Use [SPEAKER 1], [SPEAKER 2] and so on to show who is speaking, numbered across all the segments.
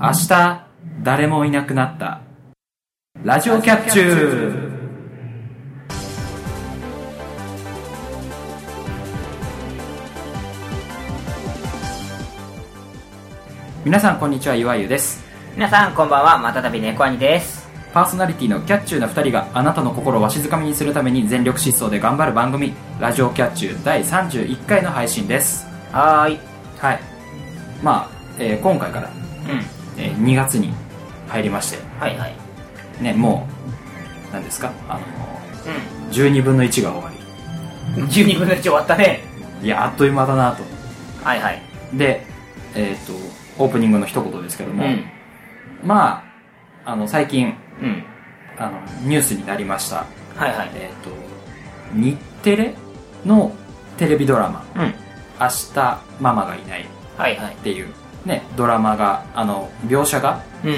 [SPEAKER 1] 明日、誰もいなくなった。ラジオキャプチュー皆さんこんにちは、ゆわゆです。
[SPEAKER 2] 皆さんこんばんはまたたび猫兄です
[SPEAKER 1] パーソナリティのキャッチューな2人があなたの心をわしづかみにするために全力疾走で頑張る番組「ラジオキャッチュー」第31回の配信です
[SPEAKER 2] はーい
[SPEAKER 1] はいまあ、えー今回から、
[SPEAKER 2] うん
[SPEAKER 1] えー2月に入りまして
[SPEAKER 2] はいはい
[SPEAKER 1] ねもう何ですかあの12分の1が終わ
[SPEAKER 2] うん12分の1終わったね
[SPEAKER 1] りいやあっという間だなと
[SPEAKER 2] はいはい
[SPEAKER 1] でえっ、とオープニングの一言ですけど
[SPEAKER 2] うん
[SPEAKER 1] も、まああの最近
[SPEAKER 2] うん
[SPEAKER 1] あのニュースになりました
[SPEAKER 2] はいはい
[SPEAKER 1] えっ、と日テレのテレビドラマ
[SPEAKER 2] うん
[SPEAKER 1] 明日ママがいない
[SPEAKER 2] はいはい
[SPEAKER 1] っていうねドラマがあの描写が
[SPEAKER 2] う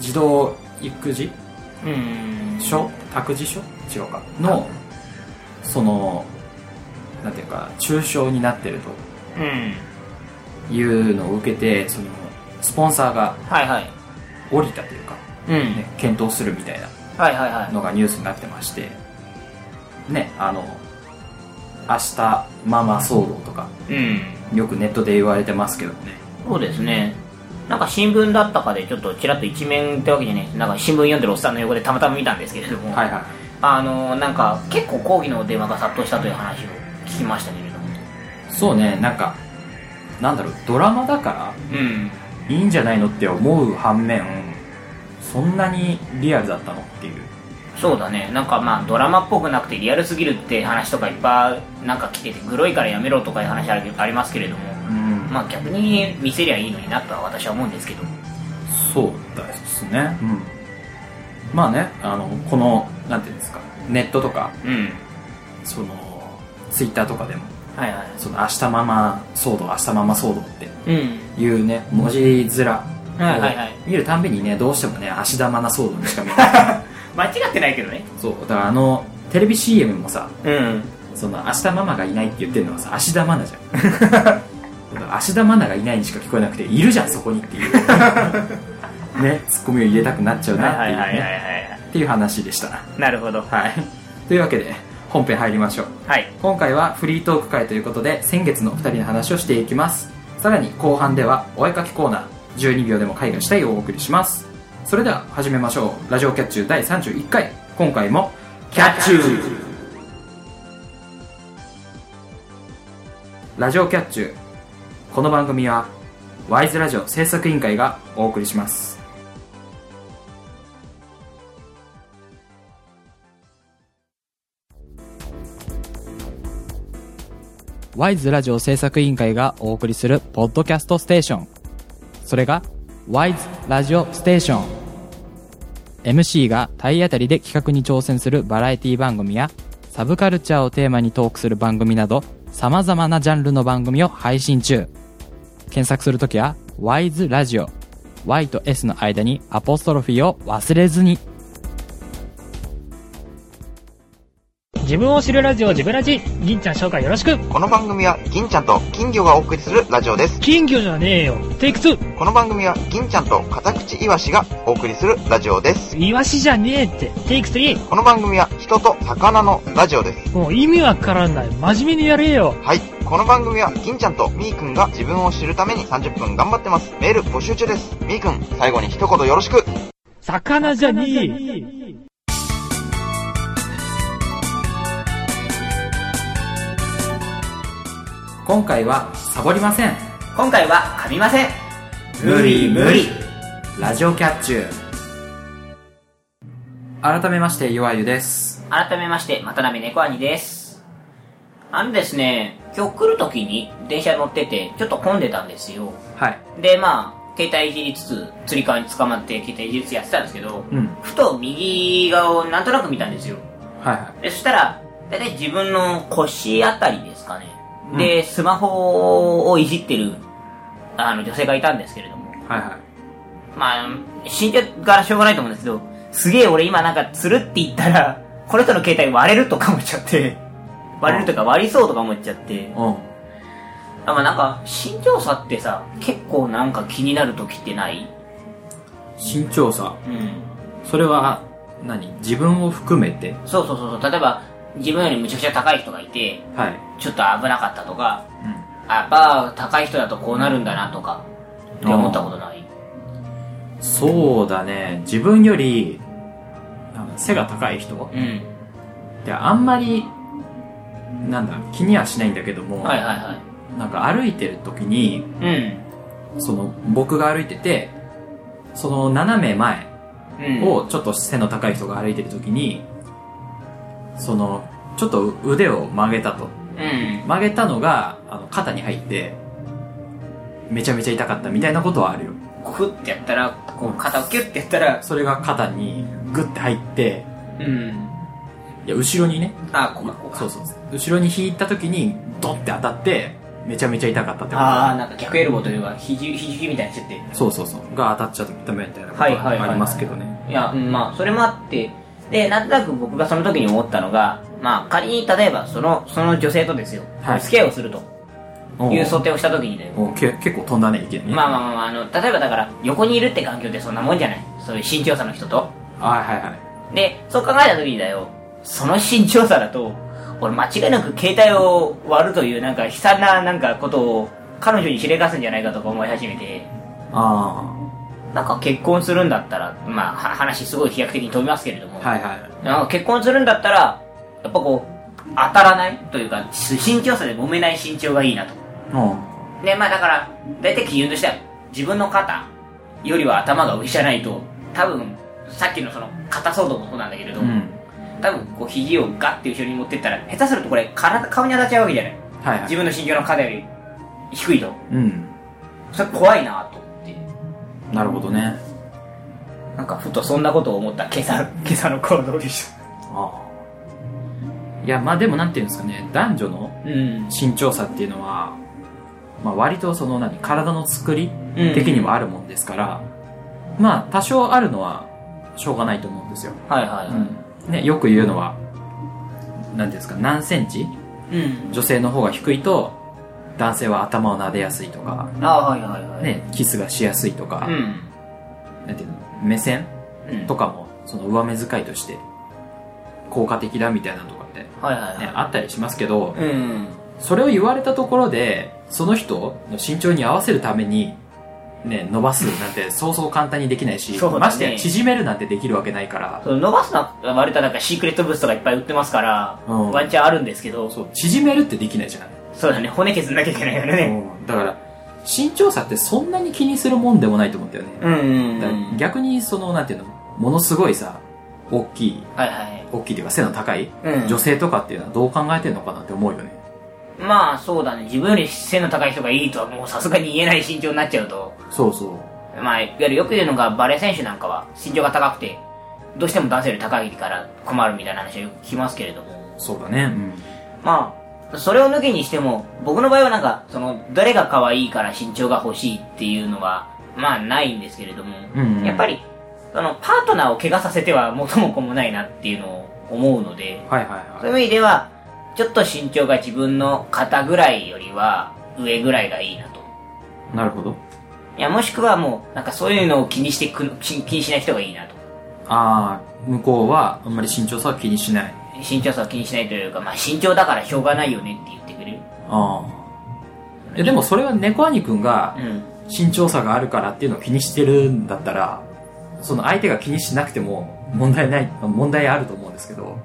[SPEAKER 1] 児童育児
[SPEAKER 2] んうん
[SPEAKER 1] 書託児書違うかのそのなんていうか中傷になってる
[SPEAKER 2] うん
[SPEAKER 1] というのを受けてそのスポンサーが
[SPEAKER 2] はいはい
[SPEAKER 1] 降りたというか、
[SPEAKER 2] うん
[SPEAKER 1] ね、検討するみたいな
[SPEAKER 2] はいはいはい
[SPEAKER 1] のがニュースになってましてねあの明日ママ騒動とか
[SPEAKER 2] うん
[SPEAKER 1] よくネットで言われてますけどね
[SPEAKER 2] そうですねなんか新聞だったかでちょっとちらっと一面ってわけじゃないですなんか新聞読んでるおっさんの横でたまたま見たんですけれども、
[SPEAKER 1] はいはい
[SPEAKER 2] あのなんか結構抗議の電話が殺到したという話を聞きましたけれども
[SPEAKER 1] そうねなんかなんだろうドラマだから
[SPEAKER 2] うん
[SPEAKER 1] いいんじゃないのって思う反面そんなにリアルだったのっていう
[SPEAKER 2] そうだねなんかまあドラマっぽくなくてリアルすぎるって話とかいっぱいなんか来ててグロいからやめろとかいう話あるありますけれども
[SPEAKER 1] うん
[SPEAKER 2] まあ逆に見せりゃいいのになとは私は思うんですけど
[SPEAKER 1] そうですねうんまあねあのこのなんていうんですかネットとか
[SPEAKER 2] うん
[SPEAKER 1] そのツイッターとかでも
[SPEAKER 2] はいはい
[SPEAKER 1] その明日ママ騒動明日ママ騒動っ
[SPEAKER 2] うん
[SPEAKER 1] ていうね文字面
[SPEAKER 2] はいはいはい
[SPEAKER 1] を見るたんびにねどうしてもね芦田愛菜騒動にしか見え ない
[SPEAKER 2] 間違ってないけどね
[SPEAKER 1] そうだからあのテレビ CM もさ
[SPEAKER 2] うん
[SPEAKER 1] その明日ママがいないって言ってるのはさ芦田愛菜 じゃんだから芦田愛菜がいないにしか聞こえなくているじゃんそこにって いうねツッコミを入れたくなっちゃうなっていうね、
[SPEAKER 2] は
[SPEAKER 1] っていう話でした
[SPEAKER 2] いなるほど
[SPEAKER 1] はいというわけで本編入りましょう
[SPEAKER 2] はい
[SPEAKER 1] 今回はフリートーク会ということで先月のお二人の話をしていきますさらに後半ではお絵かきコーナー12秒でも絵画したいをお送りしますそれでは始めましょうラジオキャッチュー第31回今回もキャッチューラジオキャッチューこの番組はワイズラジオ制作委員会がお送りしますワイズラジオ制作委員会がお送りするポッドキャストステーション。それが、ワイズラジオステーション。MC が体当たりで企画に挑戦するバラエティ番組や、サブカルチャーをテーマにトークする番組など、様々なジャンルの番組を配信中。検索するときは、ワイズラジオ。Y と S の間にアポストロフィーを忘れずに。
[SPEAKER 3] 自分を知るラジオ、ジブラジ。銀ちゃん紹介よろしく。
[SPEAKER 4] この番組は銀ちゃんと金魚がお送りするラジオです。
[SPEAKER 3] 金魚じゃねえよ。テイク2。
[SPEAKER 4] この番組は銀ちゃんと片口イワシがお送りするラジオです。
[SPEAKER 3] イワシじゃねえって。テイク3。
[SPEAKER 4] この番組は人と魚のラジオです。
[SPEAKER 3] もう意味わからない。真面目にやれよ。
[SPEAKER 4] はい。この番組は銀ちゃんとみーくんが自分を知るために30分頑張ってます。メール募集中です。みーくん、最後に一言よろしく。
[SPEAKER 3] 魚じゃねえ。
[SPEAKER 1] 今回は、サボりません。
[SPEAKER 2] 今回は噛みません
[SPEAKER 1] 無理無理ラジオキャッチュー改めましてゆわゆです
[SPEAKER 2] 改めましてまたなみ猫兄ですあのですね今日来る時に電車乗っててちょっと混んでたんですよ
[SPEAKER 1] はい
[SPEAKER 2] でまあ携帯いじりつつ釣り革に捕まって携帯いじりつつやってたんですけど、
[SPEAKER 1] うん
[SPEAKER 2] ふと右側をなんとなく見たんですよ
[SPEAKER 1] はいは
[SPEAKER 2] でそしたら大体自分の腰あたりですかねで、スマホをいじってるあの女性がいたんですけれども
[SPEAKER 1] いはいはい
[SPEAKER 2] まあ身長からしょうがないと思うんですけどすげえ俺今なんかつるって言ったらこの人の携帯割れるとか思っちゃって割れるとか割りそうとか思っちゃって
[SPEAKER 1] うん
[SPEAKER 2] あまあなんか、身長差ってさ、結構なんか気になる時ってない
[SPEAKER 1] 身長差
[SPEAKER 2] うん。
[SPEAKER 1] それは何自分を含めて
[SPEAKER 2] そうそうそうそう。例えば、自分よりむちゃくちゃ高い人がいて、
[SPEAKER 1] はい、
[SPEAKER 2] ちょっと危なかったとか、あやっぱ高い人だとこうなるんだなとか、って思ったことない
[SPEAKER 1] そうだね自分よりなんだ背が高い人
[SPEAKER 2] うん。
[SPEAKER 1] ってあんまりなんだ気にはしないんだけども、
[SPEAKER 2] はいはいはい。
[SPEAKER 1] なんか歩いてる時に
[SPEAKER 2] うん。
[SPEAKER 1] その僕が歩いててその斜め前
[SPEAKER 2] うん。
[SPEAKER 1] をちょっと背の高い人が歩いてる時にそのちょっと腕を曲げたと
[SPEAKER 2] うん。
[SPEAKER 1] 曲げたのがあの肩に入ってめちゃめちゃ痛かったみたいなことはあるよ
[SPEAKER 2] クッてやったら、こう肩をキュッてやったら、
[SPEAKER 1] それが肩にグッて入って
[SPEAKER 2] うん。
[SPEAKER 1] いや後ろにね
[SPEAKER 2] あ、こうかこうか。
[SPEAKER 1] そうそう後ろに引いた時にドンって当たってめちゃめちゃ痛かったってこと
[SPEAKER 2] ああ、なんか逆エルボーというか、ひじ、ひじきみたいにしてて。
[SPEAKER 1] そうそうそうが当たっちゃったみたいなこと
[SPEAKER 2] はいはいはい
[SPEAKER 1] がありますけどね
[SPEAKER 2] いや、うんまあ、それもあって、で、なんとなく僕がその時に思ったのが、まあ、仮に例えば、その、その女性とですよ、
[SPEAKER 1] はい
[SPEAKER 2] 付き合いをすると
[SPEAKER 1] おう
[SPEAKER 2] いう想定をした時にね、
[SPEAKER 1] おうけ結構飛んだね意見ね
[SPEAKER 2] まあまあまあまあ、あの、例えばだから、横にいるって環境ってそんなもんじゃないそういう身長差の人と。
[SPEAKER 1] はいはいはい
[SPEAKER 2] で、そう考えた時にだよ、その身長差だと、俺間違いなく携帯を割るというなんか悲惨ななんかことを彼女にしれかすんじゃないかとか思い始めて、
[SPEAKER 1] あ
[SPEAKER 2] なんか結婚するんだったら、まあは話すごい飛躍的に飛びますけれども、
[SPEAKER 1] あはいはい
[SPEAKER 2] なんか結婚するんだったら、やっぱこう、当たらないというか、身長差で揉めない身長がいいなと。
[SPEAKER 1] おう
[SPEAKER 2] で、まあだから、大体基準としては、自分の肩よりは頭が上じゃないと、多分、さっきのその肩騒動もそうなんだけれど、
[SPEAKER 1] うん
[SPEAKER 2] 多分こう肘をガッて後ろに持ってったら、下手するとこれ体、顔に当たっちゃうわけじゃない。
[SPEAKER 1] はいは
[SPEAKER 2] 自
[SPEAKER 1] い
[SPEAKER 2] 分の身長の肩より低いと。
[SPEAKER 1] うん
[SPEAKER 2] それ怖いなと思って。
[SPEAKER 1] なるほどね
[SPEAKER 2] なんかふとそんなことを思った 今朝、今朝の行動でし
[SPEAKER 1] ああいやまあでもなんていうんですかね男女の
[SPEAKER 2] た。うん。
[SPEAKER 1] 身長差っていうのは、まあ、割とその何体の作り
[SPEAKER 2] うん
[SPEAKER 1] 的にもあるもんですから、まあ多少あるのはしょうがないと思うんですよ、
[SPEAKER 2] はいは
[SPEAKER 1] ね、よく言うのは何ですか何センチ
[SPEAKER 2] い。うん。
[SPEAKER 1] 女性の方が低いと男性は頭を撫でやすいとか、
[SPEAKER 2] ああ、はいはいはい。。
[SPEAKER 1] ね、キスがしやすいとか、
[SPEAKER 2] う
[SPEAKER 1] なんていうの目線
[SPEAKER 2] ん。うん。
[SPEAKER 1] とかもその上目遣いとして効果的だみたいなのとかって、ね、
[SPEAKER 2] はいはいはい。
[SPEAKER 1] あったりしますけど、
[SPEAKER 2] うん。
[SPEAKER 1] それを言われたところで、その人の身長に合わせるために、ね、伸 ばすなんてそうそう簡単にできないし、
[SPEAKER 2] そうだね
[SPEAKER 1] ましてや縮めるなんてできるわけないから、
[SPEAKER 2] その伸ばすのは割れたなんかシークレットブースとかいっぱい売ってますから、
[SPEAKER 1] うん
[SPEAKER 2] ワンチャンあるんですけど、
[SPEAKER 1] そう縮めるってできないじゃない。
[SPEAKER 2] そうだね、骨削んなきゃいけないからね。
[SPEAKER 1] うんだから、身長差ってそんなに気にするもんでもないと思ったよね。
[SPEAKER 2] うんうん
[SPEAKER 1] だ
[SPEAKER 2] う
[SPEAKER 1] から
[SPEAKER 2] ん。
[SPEAKER 1] 逆にその、なんていうの、ものすごいさ、大きい、
[SPEAKER 2] はいはい。
[SPEAKER 1] 大きいというか背の高い
[SPEAKER 2] うん
[SPEAKER 1] 女性とかっていうのはどう考えてるのかなって思うよね。
[SPEAKER 2] まあそうだね、自分より背の高い人がいいとはもうさすがに言えない身長になっちゃうと、
[SPEAKER 1] そうそう。
[SPEAKER 2] まあ、いわゆるよく言うのがバレー選手なんかは身長が高くて、どうしても男性より高いから困るみたいな話をよく聞きますけれども、
[SPEAKER 1] そうだね。うん
[SPEAKER 2] まあ、それを抜きにしても、僕の場合はなんか、その、誰が可愛いから身長が欲しいっていうのは、まあないんですけれども、
[SPEAKER 1] うんうん
[SPEAKER 2] やっぱり、その、パートナーを怪我させては元も子もないなっていうのを思うので、
[SPEAKER 1] はいはい
[SPEAKER 2] そう
[SPEAKER 1] はい。
[SPEAKER 2] いう意味では、ちょっと身長が自分の肩ぐらいよりは上ぐらいがいいなと。
[SPEAKER 1] なるほど。
[SPEAKER 2] いや、もしくはもう、なんかそういうのを気にしてく、気気にしない人がいいなと。
[SPEAKER 1] ああ、向こうはあんまり身長差は気にしない。
[SPEAKER 2] 身長差を気にしないというか、まあ身長だからしょうがないよねって言ってくれる。
[SPEAKER 1] ああ。えでもそれは猫兄くんが
[SPEAKER 2] うん。
[SPEAKER 1] 身長差があるからっていうのを気にしてるんだったら、その相手が気にしなくても問題ない、問題あると思うんですけど。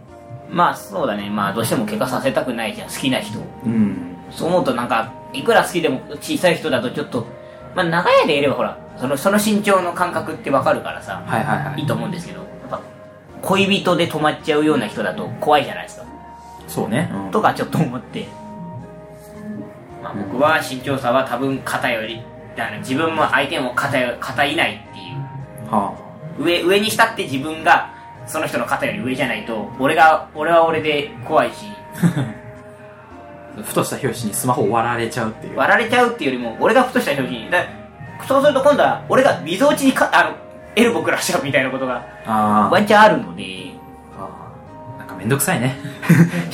[SPEAKER 2] まあそうだね。まあどうしても怪我させたくないじゃん、好きな人を。
[SPEAKER 1] うん。
[SPEAKER 2] そう思うとなんか、いくら好きでも小さい人だとちょっと、まあ長い間いればほら、その、その身長の感覚ってわかるからさ、
[SPEAKER 1] はいはいはいい。
[SPEAKER 2] いと思うんですけど、やっぱ、恋人で止まっちゃうような人だと怖いじゃないですか。
[SPEAKER 1] そうね。うん
[SPEAKER 2] とかちょっと思って、まあ、僕は身長差は多分肩よりだから自分も相手も肩よ肩以内っ
[SPEAKER 1] は
[SPEAKER 2] ていう上上にしたって自分がその人の肩より上じゃないと俺が俺は俺で怖いし
[SPEAKER 1] あ。ふとした拍子にスマホを割られちゃうっていう。
[SPEAKER 2] 割られちゃうっていうよりも俺がふとした表情だからそうすると今度は俺が溝落ちにかあのエルボ食らしちゃうみたいなことが
[SPEAKER 1] あ
[SPEAKER 2] ワンチャンあるので
[SPEAKER 1] ああ。なんかめんどくさいね。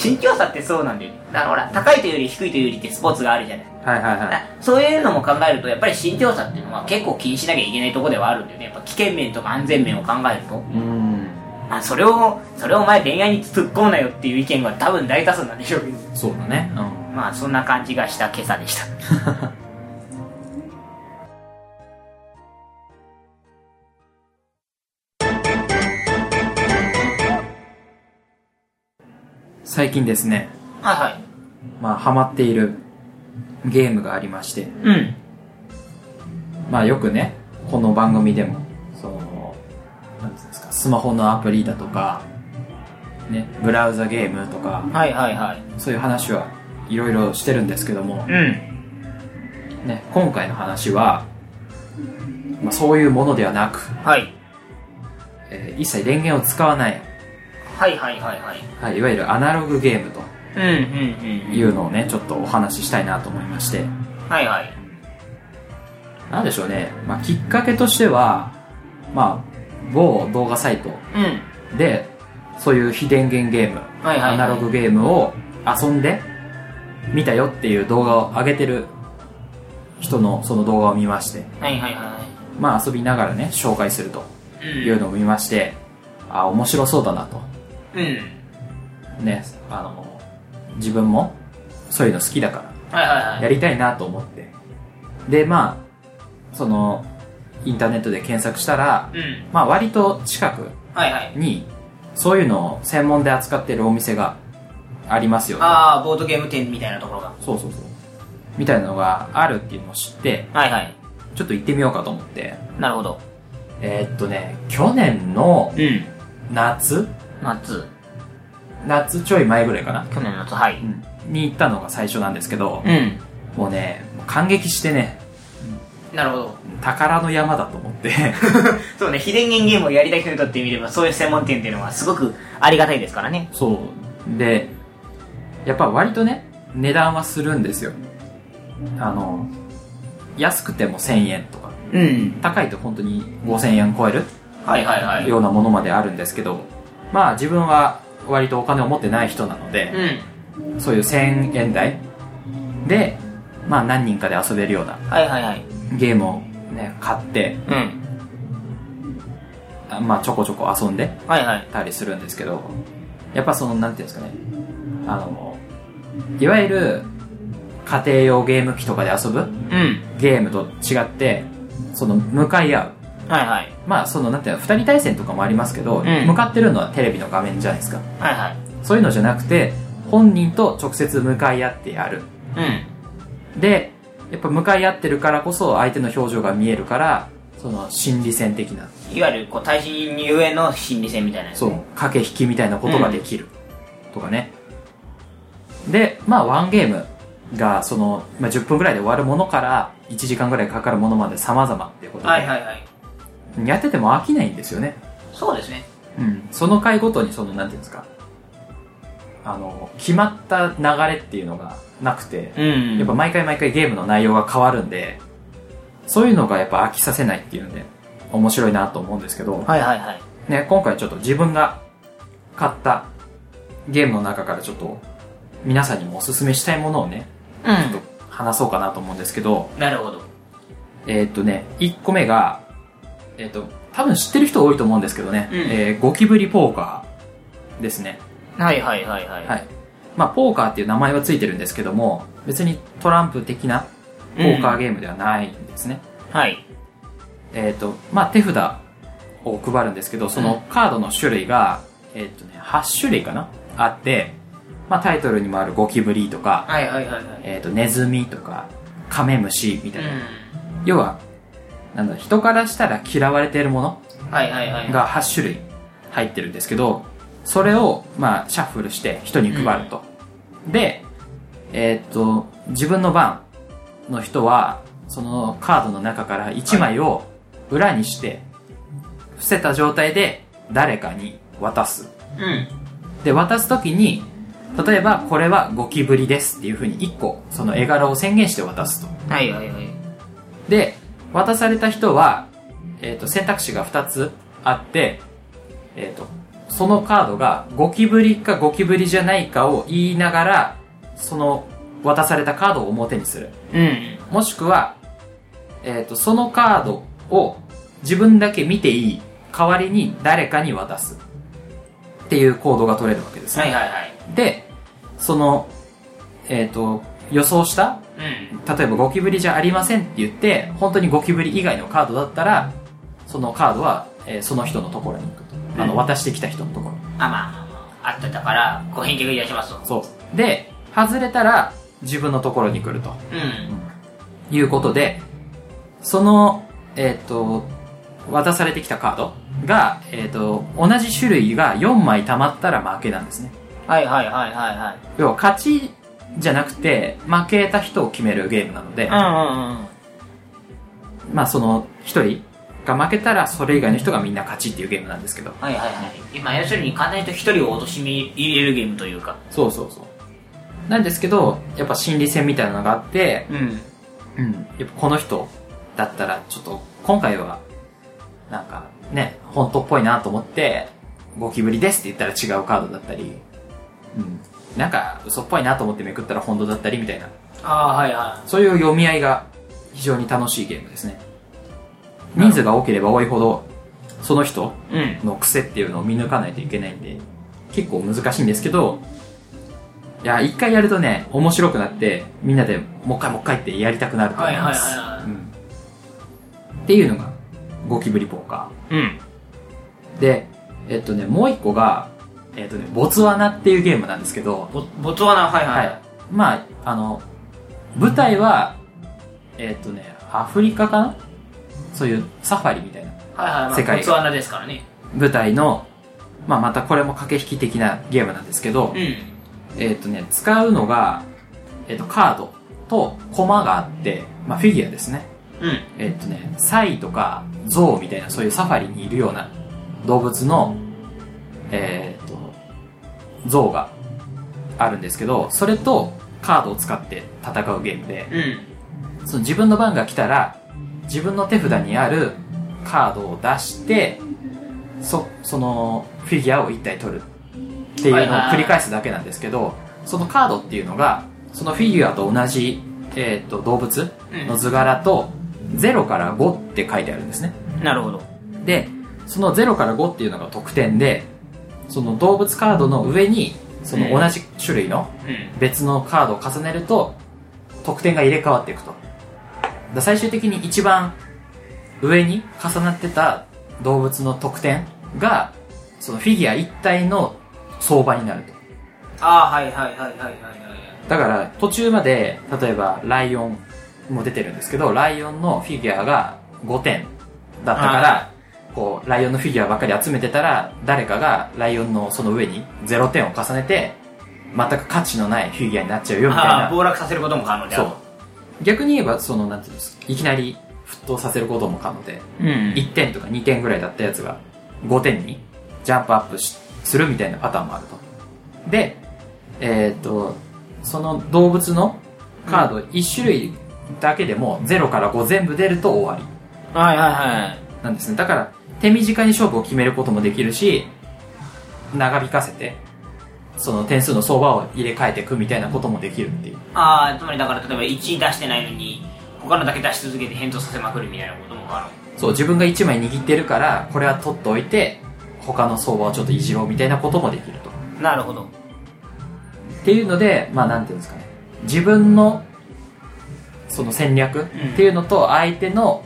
[SPEAKER 2] 身長差ってそうなんだよねだからほら高いというより低いというよりってスポーツがあるじゃない
[SPEAKER 1] はいはいは
[SPEAKER 2] だ
[SPEAKER 1] い。
[SPEAKER 2] そういうのも考えるとやっぱり身長差っていうのは結構気にしなきゃいけないところではあるんだよねやっぱ危険面とか安全面を考えると、
[SPEAKER 1] うん。
[SPEAKER 2] まあ、それをそれをお前恋愛に突っ込むなよっていう意見は多分大多数なんでしょうけど
[SPEAKER 1] そうだね。うん。
[SPEAKER 2] まあそんな感じがした今朝でした
[SPEAKER 1] 最近ですね、
[SPEAKER 2] あはい
[SPEAKER 1] まあ、ハマっているゲームがありまして、
[SPEAKER 2] うん
[SPEAKER 1] まあ、よくね、この番組でも、その、なんていうんですか、スマホのアプリだとか、ね、ブラウザゲームとか、
[SPEAKER 2] はいはいはい
[SPEAKER 1] そういう話はいろいろしてるんですけども、
[SPEAKER 2] うん
[SPEAKER 1] ね、今回の話は、まあ、そういうものではなく、
[SPEAKER 2] はい
[SPEAKER 1] えー一切電源を使わない、
[SPEAKER 2] はいはいはいはい
[SPEAKER 1] はい、いわゆるアナログゲーム
[SPEAKER 2] うん
[SPEAKER 1] と
[SPEAKER 2] うんうん
[SPEAKER 1] いうのをね、ちょっとお話ししたいなと思いまして、
[SPEAKER 2] はいはい
[SPEAKER 1] なんでしょうね、まあ、きっかけとしては、まあ、某動画サイト
[SPEAKER 2] うん
[SPEAKER 1] で、そういう非電源ゲーム、
[SPEAKER 2] はいはい
[SPEAKER 1] アナログゲームを遊んで、見たよっていう動画を上げてる人のその動画を見まして、
[SPEAKER 2] はいはいは
[SPEAKER 1] まあ遊びながらね、紹介すると
[SPEAKER 2] いう
[SPEAKER 1] い
[SPEAKER 2] ん
[SPEAKER 1] うのを見まして、あ、面白そうだなと。
[SPEAKER 2] うん
[SPEAKER 1] ね、あの、自分もそういうの好きだから、
[SPEAKER 2] はいはいはい
[SPEAKER 1] やりたいなと思って。で、まあ、その、インターネットで検索したら、
[SPEAKER 2] うん
[SPEAKER 1] まあ割と近く
[SPEAKER 2] はいはい
[SPEAKER 1] に、そういうのを専門で扱ってるお店がありますよ。
[SPEAKER 2] ああボードゲーム店みたいなところが
[SPEAKER 1] そうそうそう。みたいなのがあるっていうのを知って、
[SPEAKER 2] はいはい
[SPEAKER 1] ちょっと行ってみようかと思って。
[SPEAKER 2] なるほど
[SPEAKER 1] えーっとね、去年の
[SPEAKER 2] うん
[SPEAKER 1] 夏
[SPEAKER 2] 夏
[SPEAKER 1] 夏ちょい前ぐらいかな、
[SPEAKER 2] 去年の夏はい
[SPEAKER 1] に行ったのが最初なんですけど、
[SPEAKER 2] うん
[SPEAKER 1] もうね、感激してね、
[SPEAKER 2] なるほど
[SPEAKER 1] 宝の山だと思って。
[SPEAKER 2] そうね、非電源ゲームをやりたい人にとってみれば、そういう専門店っていうのはすごくありがたいですからね。
[SPEAKER 1] そう。で、やっぱ割とね、値段はするんですよ。あの、安くても1000円とか、
[SPEAKER 2] うん。
[SPEAKER 1] 高いと本当に5000円超える
[SPEAKER 2] はいはいはい。
[SPEAKER 1] ようなものまであるんですけど、まあ自分は割とお金を持ってない人なので、
[SPEAKER 2] う。
[SPEAKER 1] そういう1000円台で、まあ何人かで遊べるようなん
[SPEAKER 2] はいはいはい。
[SPEAKER 1] ゲームをね、買って、
[SPEAKER 2] うん。
[SPEAKER 1] あまあちょこちょこ遊んで
[SPEAKER 2] はいはい。
[SPEAKER 1] たりするんですけど、やっぱその、なんていうんですかね、あの、いわゆる家庭用ゲーム機とかで遊ぶ
[SPEAKER 2] うん。
[SPEAKER 1] ゲームと違って、その、向かい合う。
[SPEAKER 2] はいはい。
[SPEAKER 1] まあその、なんていうの、二人対戦とかもありますけど、
[SPEAKER 2] ん
[SPEAKER 1] 向かってるのはテレビの画面じゃないですか。
[SPEAKER 2] はいはい。
[SPEAKER 1] そういうのじゃなくて、本人と直接向かい合ってやる。
[SPEAKER 2] うん。
[SPEAKER 1] で、やっぱ向かい合ってるからこそ相手の表情が見えるから、その心理戦的ない
[SPEAKER 2] わゆる、こう、対人ゆえの心理戦みたいなやつ。
[SPEAKER 1] そう、駆け引きみたいなことができる。とかね。で、まあ、ワンゲームが、その、まあ、10分ぐらいで終わるものから、1時間ぐらいかかるものまで様々っていうことで、
[SPEAKER 2] はいはいはい。
[SPEAKER 1] やってても飽きないんですよね。
[SPEAKER 2] そうですね。
[SPEAKER 1] うん。その回ごとに、その、なんていうんですか、あの、決まった流れっていうのがなくて、
[SPEAKER 2] うん
[SPEAKER 1] やっぱ毎回毎回ゲームの内容が変わるんで、そういうのがやっぱ飽きさせないっていうんで、面白いなと思うんですけど、
[SPEAKER 2] はいはいはい。
[SPEAKER 1] ね、今回ちょっと自分が買ったゲームの中からちょっと皆さんにもおすすめしたいものをね、ちょっと話そうかなと思うんですけど、
[SPEAKER 2] うん。なるほど。
[SPEAKER 1] えーっとね、1個目が、えーっと、多分知ってる人多いと思うんですけどね、
[SPEAKER 2] うん
[SPEAKER 1] えーゴキブリポーカーですね。
[SPEAKER 2] はいはいはいはい。
[SPEAKER 1] はい。まあ、ポーカーっていう名前はついてるんですけども、別にトランプ的なポーカーゲームではないんですね。
[SPEAKER 2] はい。
[SPEAKER 1] えっ、と、まあ、手札を配るんですけど、そのカードの種類が、えっ、とね、8種類かなあって、まあ、タイトルにもあるゴキブリとか、
[SPEAKER 2] はいはいはいはい。
[SPEAKER 1] えっ、と、ネズミとか、カメムシみた
[SPEAKER 2] う
[SPEAKER 1] いな。
[SPEAKER 2] ん。
[SPEAKER 1] 要は、なんだ、人からしたら嫌われているもの
[SPEAKER 2] はいはいはい。
[SPEAKER 1] が8種類入ってるんですけど、それを、まあ、シャッフルして人に配ると。で、えっ、と、自分の番の人は、そのカードの中から1枚を裏にして、伏せた状態で誰かに渡す。
[SPEAKER 2] うん。
[SPEAKER 1] で、渡すときに、例えば、これはゴキブリですっていう風に1個、その絵柄を宣言して渡すと。
[SPEAKER 2] はいはいはい。
[SPEAKER 1] で、渡された人は、えっ、と、選択肢が2つあって、えっ、と、そのカードがゴキブリかゴキブリじゃないかを言いながら、その渡されたカードを表にする。
[SPEAKER 2] うん。
[SPEAKER 1] もしくは、えっ、と、そのカードを自分だけ見ていい代わりに誰かに渡す。っていう行動が取れるわけですね。
[SPEAKER 2] はいはいはい。
[SPEAKER 1] で、その、えっ、と、予想した
[SPEAKER 2] うん。
[SPEAKER 1] 例えばゴキブリじゃありませんって言って本当にゴキブリ以外のカードだったらそのカードは、えーその人のところに行くと、あの
[SPEAKER 2] うん
[SPEAKER 1] 渡してきた人のところ
[SPEAKER 2] あ、まあ、あってたから、ご返却いたしますと。
[SPEAKER 1] そうで外れたら自分のところに来ると
[SPEAKER 2] うん。
[SPEAKER 1] いうことでそのえっ、と渡されてきたカードが、えっと同じ種類が4枚溜まったら負けなんですね
[SPEAKER 2] はいはいはいはいはい。
[SPEAKER 1] 要は勝ちじゃなくて負けた人を決めるゲームなので、
[SPEAKER 2] うんうんうん。
[SPEAKER 1] まあその1人が負けたらそれ以外の人がみんな勝ちっていうゲームなんですけど
[SPEAKER 2] はいはいはい。今、要するに簡単に言うと一人を貶め入れるゲームというか。
[SPEAKER 1] そうそうそうなんですけどやっぱ心理戦みたいなのがあって、
[SPEAKER 2] うん。
[SPEAKER 1] うん、やっぱこの人だったらちょっと今回はなんかね本当っぽいなと思ってゴキブリですって言ったら違うカードだったり、うん、なんか嘘っぽいなと思ってめくったら本当だったりみたいな
[SPEAKER 2] ああ、はいは
[SPEAKER 1] そういう読み合いが非常に楽しいゲームですね人数が多ければ多いほどその人
[SPEAKER 2] い。うん。
[SPEAKER 1] の癖っていうのを見抜かないといけないんで結構難しいんですけどいや一回やるとね面白くなってみんなでもう一回もう一回ってやりたくなると思います、
[SPEAKER 2] はいはいはいはい
[SPEAKER 1] うんっていうのがゴキブリポーカ
[SPEAKER 2] うん。
[SPEAKER 1] ーでえっとねもう一個が、えっとね、ボツワナっていうゲームなんですけど、
[SPEAKER 2] ボボツワナ、はいは。
[SPEAKER 1] はいい、まああの舞台はえっとねアフリカかなそういうサファリみたいな
[SPEAKER 2] はいはい、まあ
[SPEAKER 1] 世界
[SPEAKER 2] ボツワナですからね。
[SPEAKER 1] 舞台の、まあ、またこれも駆け引き的なゲームなんですけど、
[SPEAKER 2] うん。
[SPEAKER 1] えっ、とね、使うのが、えっ、と、カードとコマがあって、まあ、フィギュアですね。
[SPEAKER 2] うん。
[SPEAKER 1] えっ、とね、サイとかゾウみたいな、そういうサファリにいるような動物の、えっ、と、像があるんですけど、それとカードを使って戦うゲームで、
[SPEAKER 2] うん。
[SPEAKER 1] その自分の番が来たら、自分の手札にあるカードを出して、そ、そのフィギュアを1体取るっていうのを繰り返すだけなんですけど、そのカードっていうのが、そのフィギュアと同じ、えっ、と、動物の図柄と、0から5って書いてあるんですね。
[SPEAKER 2] なるほど。
[SPEAKER 1] で、その0から5っていうのが得点で、その動物カードの上に、その同じ種類の
[SPEAKER 2] うん。
[SPEAKER 1] 別のカードを重ねると得点が入れ替わっていくとだから最終的に一番上に重なってた動物の得点がそのフィギュア一体の相場になると
[SPEAKER 2] ああ、はいはいはいはいはいはい。
[SPEAKER 1] だから途中まで例えばライオンも出てるんですけどライオンのフィギュアが5点だったからこうライオンのフィギュアばっかり集めてたら誰かがライオンのその上に0点を重ねて全く価値のないフィギュアになっちゃうよみたい
[SPEAKER 2] あ
[SPEAKER 1] な
[SPEAKER 2] あ、暴落させることも可能であ
[SPEAKER 1] そ
[SPEAKER 2] る。
[SPEAKER 1] う。逆に言えば、その、なんていうんですか、いきなり沸騰させることも可能で、
[SPEAKER 2] う。うん。
[SPEAKER 1] 1点とか2点ぐらいだったやつが、5点にジャンプアップしするみたいなパターンもあると。で、えっ、と、その動物のカード1種類だけでも0から5全部出ると終わり
[SPEAKER 2] はいはいはい。
[SPEAKER 1] なんですね。だから、手短に勝負を決めることもできるし、長引かせて、その点数の相場を入れ替えていくみたいなこともできるっていう。
[SPEAKER 2] ああ、つまりだから例えば1出してないのに、他のだけ出し続けて返答させまくるみたいなことも可能。
[SPEAKER 1] そう、自分が1枚握ってるから、これは取っておいて、他の相場をちょっといじろうみたいなこともできると。
[SPEAKER 2] なるほど。
[SPEAKER 1] っていうので、まあなんていうんですかね。自分の、その戦略っていうのと、相手の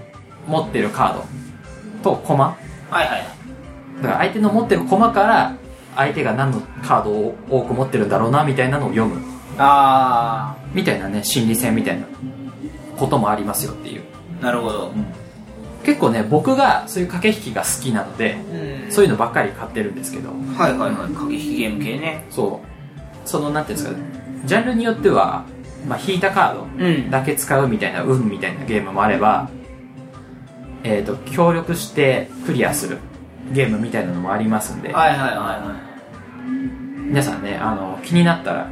[SPEAKER 1] 持ってるカードとコマ。
[SPEAKER 2] はいはい。
[SPEAKER 1] だから相手の持ってるコマから、相手が何のカードを多く持ってるんだろうな、みたいなのを読む。
[SPEAKER 2] あ
[SPEAKER 1] みたいなね、心理戦みたいなこともありますよっていう。
[SPEAKER 2] あ、なるほど。
[SPEAKER 1] 結構ね、僕がそういう駆け引きが好きなので、
[SPEAKER 2] うん
[SPEAKER 1] そういうのばっかり買ってるんですけど。
[SPEAKER 2] はいはいはい。駆け引きゲーム系ね。
[SPEAKER 1] そうそのなんていうんですかねジャンルによっては、まあ、引いたカー
[SPEAKER 2] うん
[SPEAKER 1] ド。だけ使うみたいな運みたいなゲームもあれば、えっと協力してクリアするゲームみたいなのもありますんで、
[SPEAKER 2] はいはいはいはい。
[SPEAKER 1] 皆さんねあの気になったら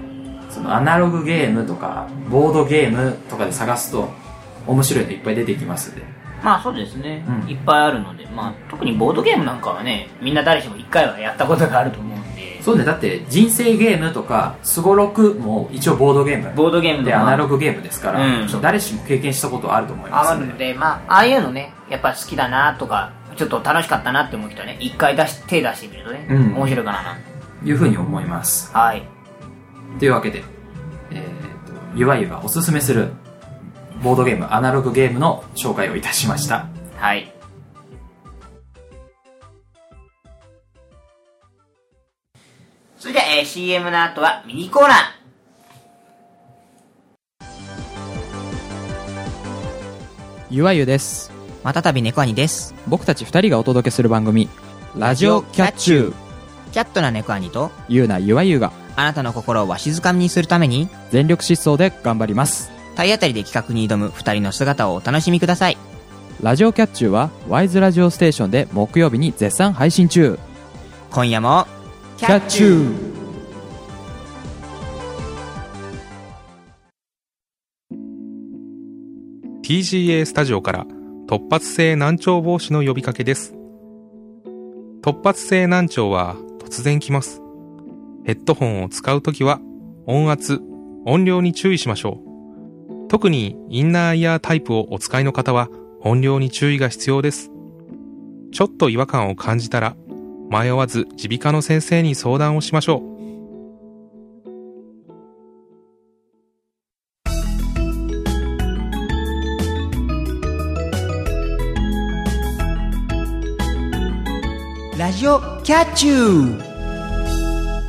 [SPEAKER 1] そのアナログゲームとかボードゲームとかで探すと面白いのいっぱい出てきますんで
[SPEAKER 2] まあそうですね、
[SPEAKER 1] うん
[SPEAKER 2] いっぱいあるので、まあ特にボードゲームなんかはね、みんな誰しも一回はやったことがあると思うんで、
[SPEAKER 1] そうねだって人生ゲームとかすごろくも一応ボードゲーム
[SPEAKER 2] ボードゲーム
[SPEAKER 1] で
[SPEAKER 2] か
[SPEAKER 1] アナログゲームですから、
[SPEAKER 2] うん
[SPEAKER 1] 誰しも経験したことあると思いま
[SPEAKER 2] あ
[SPEAKER 1] す
[SPEAKER 2] る
[SPEAKER 1] の
[SPEAKER 2] の
[SPEAKER 1] で
[SPEAKER 2] で、まあ、ああいうのね、やっぱ好きだなとか、ちょっと楽しかったなって思う人はね、一回出し、手出してみるとね、
[SPEAKER 1] うん
[SPEAKER 2] 面白いかな。
[SPEAKER 1] いうふうに思います
[SPEAKER 2] はい。
[SPEAKER 1] というわけで、えーとゆわゆわおすすめするボードゲームアナログゲームの紹介をいたしました
[SPEAKER 2] はい。それじゃあ、えー CM の後はミニコーナー。
[SPEAKER 5] ゆわゆです
[SPEAKER 6] またたび猫兄です。
[SPEAKER 5] 僕たち2人がお届けする番組「ラジオキャッチュー
[SPEAKER 6] キャットな猫兄と、」
[SPEAKER 5] ゆうなゆわゆが
[SPEAKER 6] あなたの心をわしづかみにするために、
[SPEAKER 5] 全力疾走で頑張ります
[SPEAKER 6] 体当たりで企画に挑む二人の姿をお楽しみください。
[SPEAKER 5] ラジオキャッチューはワイズラジオステーションで木曜日に絶賛配信中
[SPEAKER 6] 今夜も、
[SPEAKER 5] キャッチュー
[SPEAKER 7] ー TGA スタジオから突発性難聴防止の呼びかけです突発性難聴は突然来ますヘッドホンを使うときは音圧音量に注意しましょう特にインナーイヤータイプをお使いの方は音量に注意が必要ですちょっと違和感を感じたら迷わず耳鼻科の先生に相談をしましょう
[SPEAKER 6] ラジオキャッチュー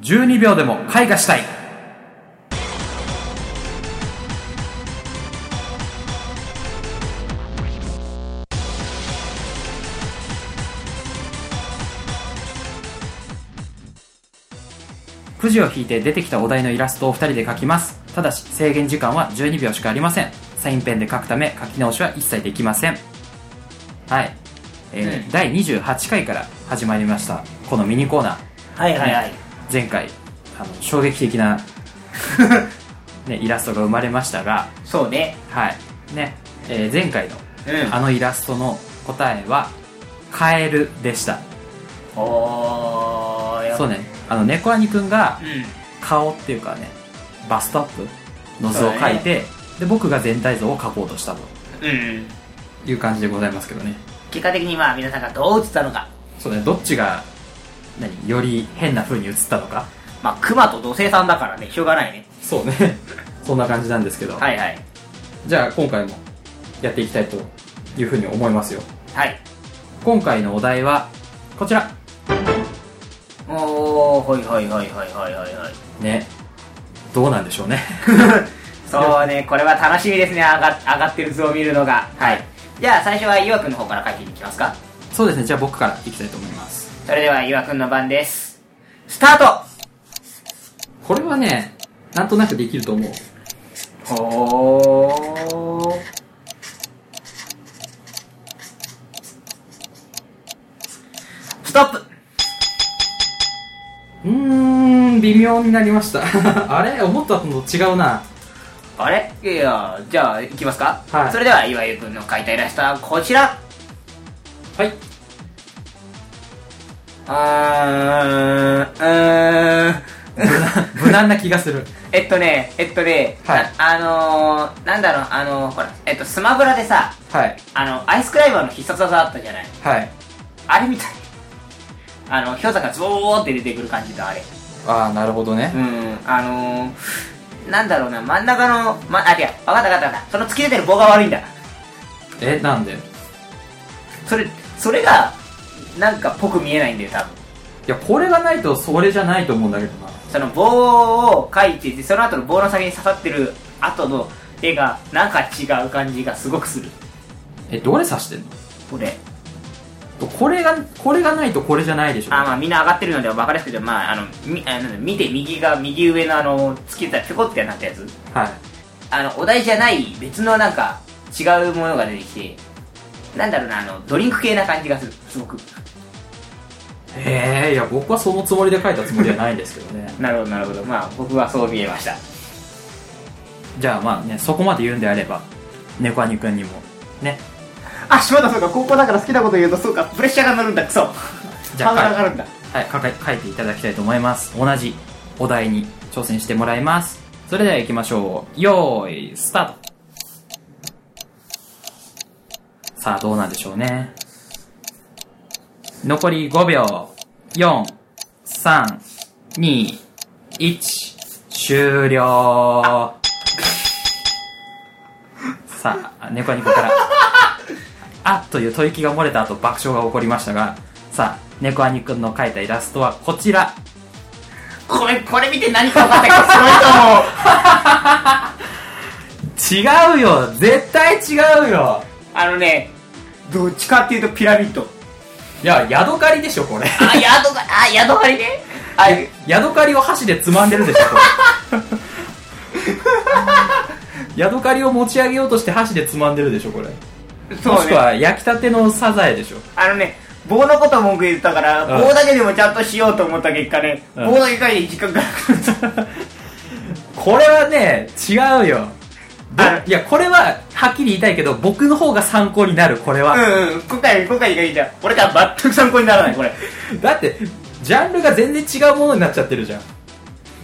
[SPEAKER 1] 12秒でも絵画したいくじを引いて出てきたお題のイラストを2人で描きますただし制限時間は12秒しかありませんサインペンで描くため書き直しは一切できませんはい、えー第28回から始まりましたこのミニコーナー
[SPEAKER 2] はいはいはい。
[SPEAKER 1] 前回あの衝撃的な、ね、イラストが生まれましたが、
[SPEAKER 2] そうね。
[SPEAKER 1] はいねえー前回の
[SPEAKER 2] うん
[SPEAKER 1] あのイラストの答えはカエルでした
[SPEAKER 2] おーよ
[SPEAKER 1] そうねあの猫兄くんが
[SPEAKER 2] う
[SPEAKER 1] 顔っていうかねバストアップの図を描いて、で僕が全体像を描こうとしたと
[SPEAKER 2] ん。うん。
[SPEAKER 1] いう感じでございますけどね
[SPEAKER 2] 結果的にまあ皆さんがどう映ったのか。
[SPEAKER 1] そうねどっちが何より変な風に映ったのか
[SPEAKER 2] まあ、熊と土星さんだからね、しょうがないね。
[SPEAKER 1] そうね そんな感じなんですけど、
[SPEAKER 2] はいはい。
[SPEAKER 1] じゃあ今回もやっていきたいというふうに思いますよ
[SPEAKER 2] はい。
[SPEAKER 1] 今回のお題はこちら
[SPEAKER 2] おー、はいはいはいはいはいはいはい。
[SPEAKER 1] ねどうなんでしょうね
[SPEAKER 2] そうね、これは楽しみですね、上が上がってる図を見るのが。はい。じゃあ最初は岩くんの方から書いていきますか。
[SPEAKER 1] そうですねじゃあ僕からいきたいと思います
[SPEAKER 2] それでは岩くんの番です。スター
[SPEAKER 1] これはねなんとなくできると思う
[SPEAKER 2] トほー。ストップ
[SPEAKER 1] うーん微妙になりました あれ思ったのと違うな
[SPEAKER 2] あれいやいや、じゃあ行きますか。
[SPEAKER 1] はい
[SPEAKER 2] それでは岩井くんの描いたイラストはこちら。
[SPEAKER 1] はい
[SPEAKER 2] あー、うーん。
[SPEAKER 1] 無難無難な気がする
[SPEAKER 2] えっとね、えっとね、
[SPEAKER 1] はい
[SPEAKER 2] ああのー、なんだろう、あのー、ほら、えっと、スマブラでさ、
[SPEAKER 1] はい
[SPEAKER 2] あの、アイスクライマーの必殺技あったじゃない。
[SPEAKER 1] はい
[SPEAKER 2] あれみたい。あの、氷山がズボーって出てくる感じだ、あれ。
[SPEAKER 1] ああなるほどね
[SPEAKER 2] うん、あのー、なんだろうな、真ん中の、ま、あ、違う、わかったわかったわかった。その突き出てる棒が悪いんだ。
[SPEAKER 1] えなんでい
[SPEAKER 2] それ、それが、なんかぽく見えないんだよ、多分。
[SPEAKER 1] やこれがないとそれじゃないと思うんだけどな
[SPEAKER 2] その棒を描いてて、その後の棒の先に刺さってる後の絵が、なんか違う感じがすごくする。
[SPEAKER 1] えどれ指してんの
[SPEAKER 2] これ。
[SPEAKER 1] これがこれがないとこれじゃないでしょ
[SPEAKER 2] あまあみんな上がってるので分かりやすくて、まあ、あのみあなんだ見て右が右上のあのつけたピョコってなったやつ
[SPEAKER 1] はい
[SPEAKER 2] あのお題じゃない別のなんか違うものが出てきてなんだろうなあのドリンク系な感じがするすごく
[SPEAKER 1] へえいや僕はそのつもりで書いたつもりはないんですけどね
[SPEAKER 2] なるほどなるほどまあ僕はそう見えました
[SPEAKER 1] じゃあまあねそこまで言うんであれば猫兄くんにもね
[SPEAKER 2] あ島田そうか高校だから好きなこと言うとそうかプレッシャーが乗るんだクソ
[SPEAKER 1] じゃあ
[SPEAKER 2] ハードル上がるんだ
[SPEAKER 1] はい、書か書いていただきたいと思います。同じお題に挑戦してもらいます。それでは行きましょう。よーい、スタートさあ、どうなんでしょうね。残り5秒。4、3、2、1、終了。さあ、猫ニコから。あっという吐息が漏れた後爆笑が起こりましたが、さあ、猫アニくんの描いたイラストはこちら。
[SPEAKER 2] これ、これ見て何か分かったけど、 その人も、
[SPEAKER 1] 違うよ絶対違うよ
[SPEAKER 2] あのね、どっちかっていうとピラミッド。
[SPEAKER 1] いや、ヤドカリでしょ、これ。
[SPEAKER 2] あ、ヤドカ、あ、ヤドカリね。あ、
[SPEAKER 1] ヤドカリを箸でつまんでるでしょ、これ。 ヤドカリを持ち上げようとして箸でつまんでるでしょ、これ。も
[SPEAKER 2] そう
[SPEAKER 1] しく
[SPEAKER 2] ね。
[SPEAKER 1] は焼きたてのサザエでしょ。
[SPEAKER 2] あのね、棒のこと文句言ったから、
[SPEAKER 1] うん
[SPEAKER 2] 棒だけでもちゃんとしようと思った結果ね、
[SPEAKER 1] うん
[SPEAKER 2] 棒だけ書いて時間がかかっ
[SPEAKER 1] これはね、違うよ。ぼ
[SPEAKER 2] あ
[SPEAKER 1] いや、これは、はっきり言いたいけど、僕の方が参考になる、これは。
[SPEAKER 2] た。うんうん、今回、今回がいいじゃん。俺から全く参考にならない、これ。
[SPEAKER 1] だって、ジャンルが全然違うものになっちゃってるじゃん。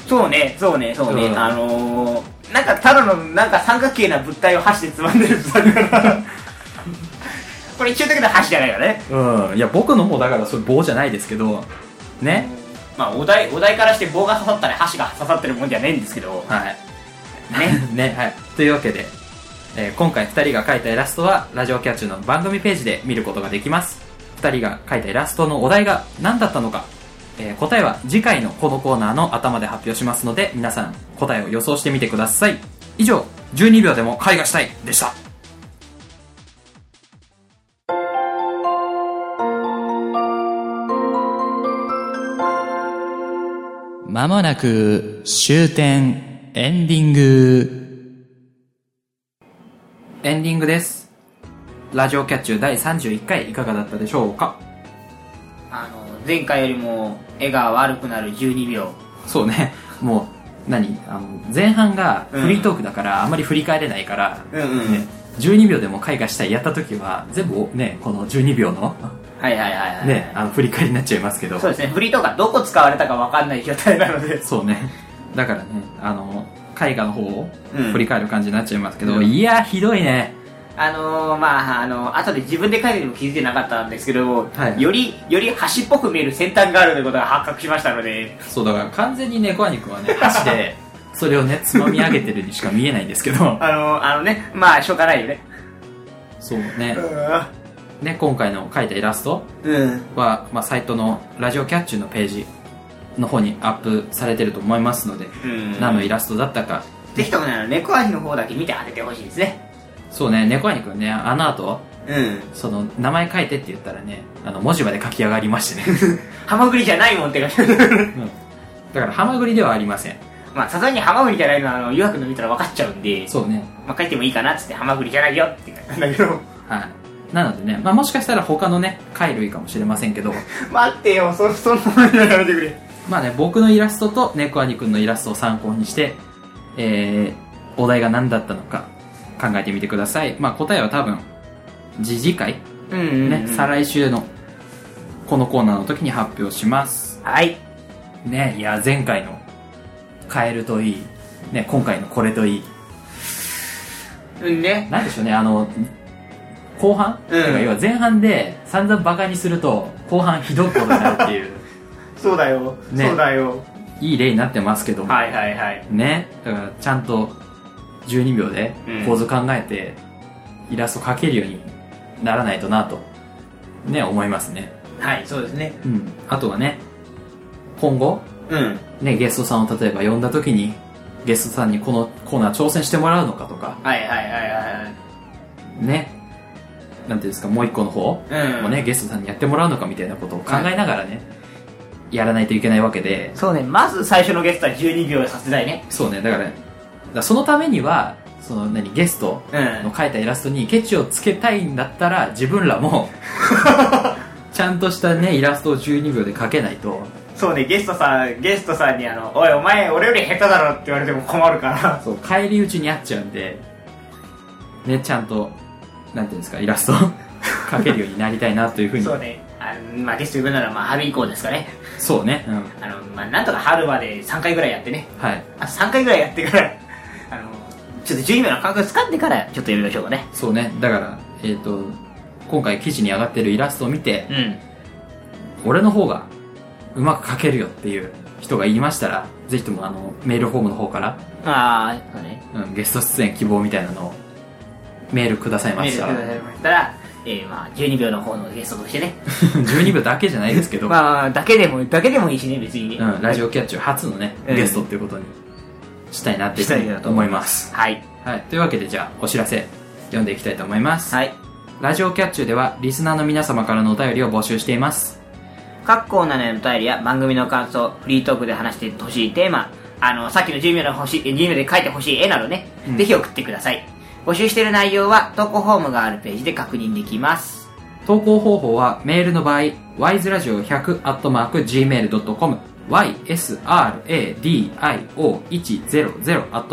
[SPEAKER 2] そうね、そうね、そうね。
[SPEAKER 1] うん
[SPEAKER 2] あのー、なんかただの、なんか三角形な物体を箸でつまんでるってだから。これ一応だけど箸じゃないからね。
[SPEAKER 1] うん。いや、僕の方だから、それ棒じゃないですけど、ね。
[SPEAKER 2] まあ、お題、お題からして棒が刺さったり箸が刺さってるもんじゃないんですけど。
[SPEAKER 1] はい。
[SPEAKER 2] ね。
[SPEAKER 1] ね、はい。というわけで、えー今回2人が描いたイラストは、ラジオキャッチュの番組ページで見ることができます。2人が描いたイラストのお題が何だったのか、えー答えは次回のこのコーナーの頭で発表しますので、皆さん答えを予想してみてください。以上、12秒でも絵画したいでした。
[SPEAKER 5] まもなく終点エンディング。
[SPEAKER 1] エンディングです。ラジオキャッチュ第31回いかがだったでしょうか
[SPEAKER 2] あの、前回よりも、絵が悪くなる12秒。
[SPEAKER 1] そうね、もう、何あの前半がフリートークだから、あんまり振り返れないから、
[SPEAKER 2] うんうん
[SPEAKER 1] ね、12秒でも絵画したいやった時は全部ねこの12秒の,、
[SPEAKER 2] はいはいはいはい。
[SPEAKER 1] ね、あの振り返りになっちゃいますけど
[SPEAKER 2] そうですね、フリーとかどこ使われたかわかんない状態なの で。
[SPEAKER 1] そうねだからねあの絵画の方を
[SPEAKER 2] うん
[SPEAKER 1] 振り返る感じになっちゃいますけど、
[SPEAKER 2] うん
[SPEAKER 1] いやひどいね
[SPEAKER 2] あのー、まああの後で自分で書いてても気づいてなかったんですけども、
[SPEAKER 1] はい
[SPEAKER 2] より、より端っぽく見える先端があるということが発覚しましたので、
[SPEAKER 1] そうだから完全に猫アニくんは ね箸でそれをねつまみ上げてるにしか見えないんですけど
[SPEAKER 2] あのー、あのね、まあ、しょうがないよね。
[SPEAKER 1] そうねね今回の描いたイラスト
[SPEAKER 2] うん。
[SPEAKER 1] は、まあ、サイトのラジオキャッチュのページの方にアップされてると思いますので、
[SPEAKER 2] うん
[SPEAKER 1] 何のイラストだったか
[SPEAKER 2] ぜひともね、あの猫足の方だけ見て当ててほしいですね。
[SPEAKER 1] そうね猫アニくんねあの後
[SPEAKER 2] うん。
[SPEAKER 1] その名前書いてって言ったらねあの文字まで書き上がりま してね、
[SPEAKER 2] ハマグリじゃないもんって 感じ。
[SPEAKER 1] うんだからハマグリではありません
[SPEAKER 2] まあ、さすがにハマグリじゃないのは、あの、湯くの見たら分かっちゃうんで、
[SPEAKER 1] そうね
[SPEAKER 2] まあ、書いてもいいかなっつって、ハマグリじゃないよって感じなんだけど。
[SPEAKER 1] はいなのでね、まあ、もしかしたら他のね貝類かもしれませんけど
[SPEAKER 2] 待ってよ、そ、そんなのやめてくれ。
[SPEAKER 1] まあね僕のイラストと猫兄くんのイラストを参考にしてえー、お題が何だったのか考えてみてくださいまあ答えは多分次次回
[SPEAKER 2] うんうん、
[SPEAKER 1] ね、再来週のこのコーナーの時に発表します
[SPEAKER 2] はい。
[SPEAKER 1] ねいや前回のカエルといい、ね、今回のこれといい
[SPEAKER 2] うんね。
[SPEAKER 1] なんでしょうねあの後半、
[SPEAKER 2] うん
[SPEAKER 1] てか要は前半で散々バカにすると後半ひどいことになるって いう
[SPEAKER 2] そうだよ。
[SPEAKER 1] ね
[SPEAKER 2] そうだよ。
[SPEAKER 1] いい例になってますけども、
[SPEAKER 2] はいはいはい。
[SPEAKER 1] ねだからちゃんと12秒で
[SPEAKER 2] うん
[SPEAKER 1] 構図考えて、イラスト描けるようにならないとなとね思いますね、
[SPEAKER 2] はい、そうですね。
[SPEAKER 1] うん、あとはね今後
[SPEAKER 2] うん。
[SPEAKER 1] ね、ゲストさんを例えば呼んだ時にゲストさんにこのコーナー挑戦してもらうのかとか
[SPEAKER 2] はいはいはいはい
[SPEAKER 1] ねなんていうんですかもう一個の方
[SPEAKER 2] はい。うん。
[SPEAKER 1] もね、ゲストさんにやってもらうのかみたいなことを考えながらね、やらないといけないわけで
[SPEAKER 2] そうね、まず最初のゲストは12秒させたいね。
[SPEAKER 1] そうねだから,、だからそのためにはその何ゲスト
[SPEAKER 2] うん。
[SPEAKER 1] の描いたイラストにケチをつけたいんだったら自分ら もちゃんとしたねイラストを12秒で描けないと
[SPEAKER 2] そうね、ゲストさん、ゲストさんにあの、おいお前俺より下手だろって言われても困るから。
[SPEAKER 1] そう返り討ちにあっちゃうんで ねちゃんとなんていうんですかイラストを描けるようになりたいなというふうに
[SPEAKER 2] そうね。ああまあ、ですということなら、まあ、春以降ですかね。
[SPEAKER 1] そうね。うん。
[SPEAKER 2] あの、まあ、なんとか春まで3回ぐらいやってね。
[SPEAKER 1] はい。
[SPEAKER 2] あと3回ぐらいやってから、 あの、ちょっと12名の感覚掴んでから、ちょっとやりましょうかね。
[SPEAKER 1] そうね。だから、えっ、と、今回記事に上がってるイラストを見て、
[SPEAKER 2] うん。
[SPEAKER 1] 俺の方がうまく描けるよっていう人が言いましたら、ぜひともあの、メールフォームの方から、
[SPEAKER 2] ああ、そうね。
[SPEAKER 1] うん、ゲスト出演希望みたいなのをメールくださいま
[SPEAKER 2] メール
[SPEAKER 1] し
[SPEAKER 2] く
[SPEAKER 1] た
[SPEAKER 2] だ
[SPEAKER 1] ら、
[SPEAKER 2] さいましたら、えー、まあ、12秒の方のゲストとしてね。
[SPEAKER 1] 12部だけじゃないですけど、
[SPEAKER 2] まあ、だけでも、だけでもいいしね、別にね。
[SPEAKER 1] うん、ラジオキャッチュ初のね、
[SPEAKER 2] うん
[SPEAKER 1] ゲストっていうことにしたいなっていうふう
[SPEAKER 2] したいな
[SPEAKER 1] に
[SPEAKER 2] と
[SPEAKER 1] 思います。
[SPEAKER 2] はい。
[SPEAKER 1] はい。というわけでじゃあ、お知らせ読んでいきたいと思います。
[SPEAKER 2] はい。
[SPEAKER 1] ラジオキャッチュでは、リスナーの皆様からのお便りを募集しています。
[SPEAKER 2] 各コーナーへのお便りや番組の感想、フリートークで話してほしいテーマ、あの、さっきの10秒の欲しい、10秒で書いてほしい絵などね、
[SPEAKER 1] うん
[SPEAKER 2] ぜひ送ってください。募集している内容は投稿フォームがあるページで確認できます。
[SPEAKER 1] 投稿方法はメールの場合 wiseradio100-gmail.com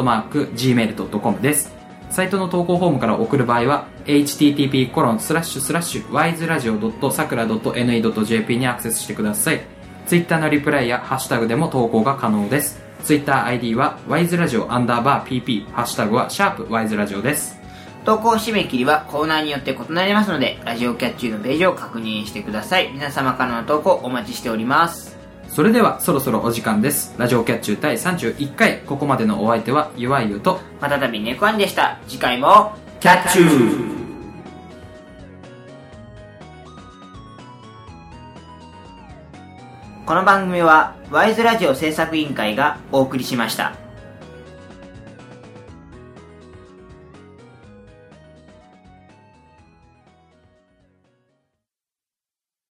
[SPEAKER 1] ysradio100-gmail.com ですサイトの投稿フォームから送る場合は http://wiseradio.sakura.ne.jp にアクセスしてくださいツイッターのリプライやハッシュタグでも投稿が可能ですツイッター ID は wiseradio アンダーバー pp ハッシュタグはシャープ wiseradio です
[SPEAKER 2] 投稿締め切りはコーナーによって異なりますので、ラジオキャッチューのページを確認してください。皆様からの投稿お待ちしております。
[SPEAKER 1] それではそろそろお時間ですラジオキャッチュ第31回ここまでのお相手はゆわゆと
[SPEAKER 2] またたびネコアンでした。次回も、キャッチューこの番組は、ワイズラジオ制作委員会がお送りしました。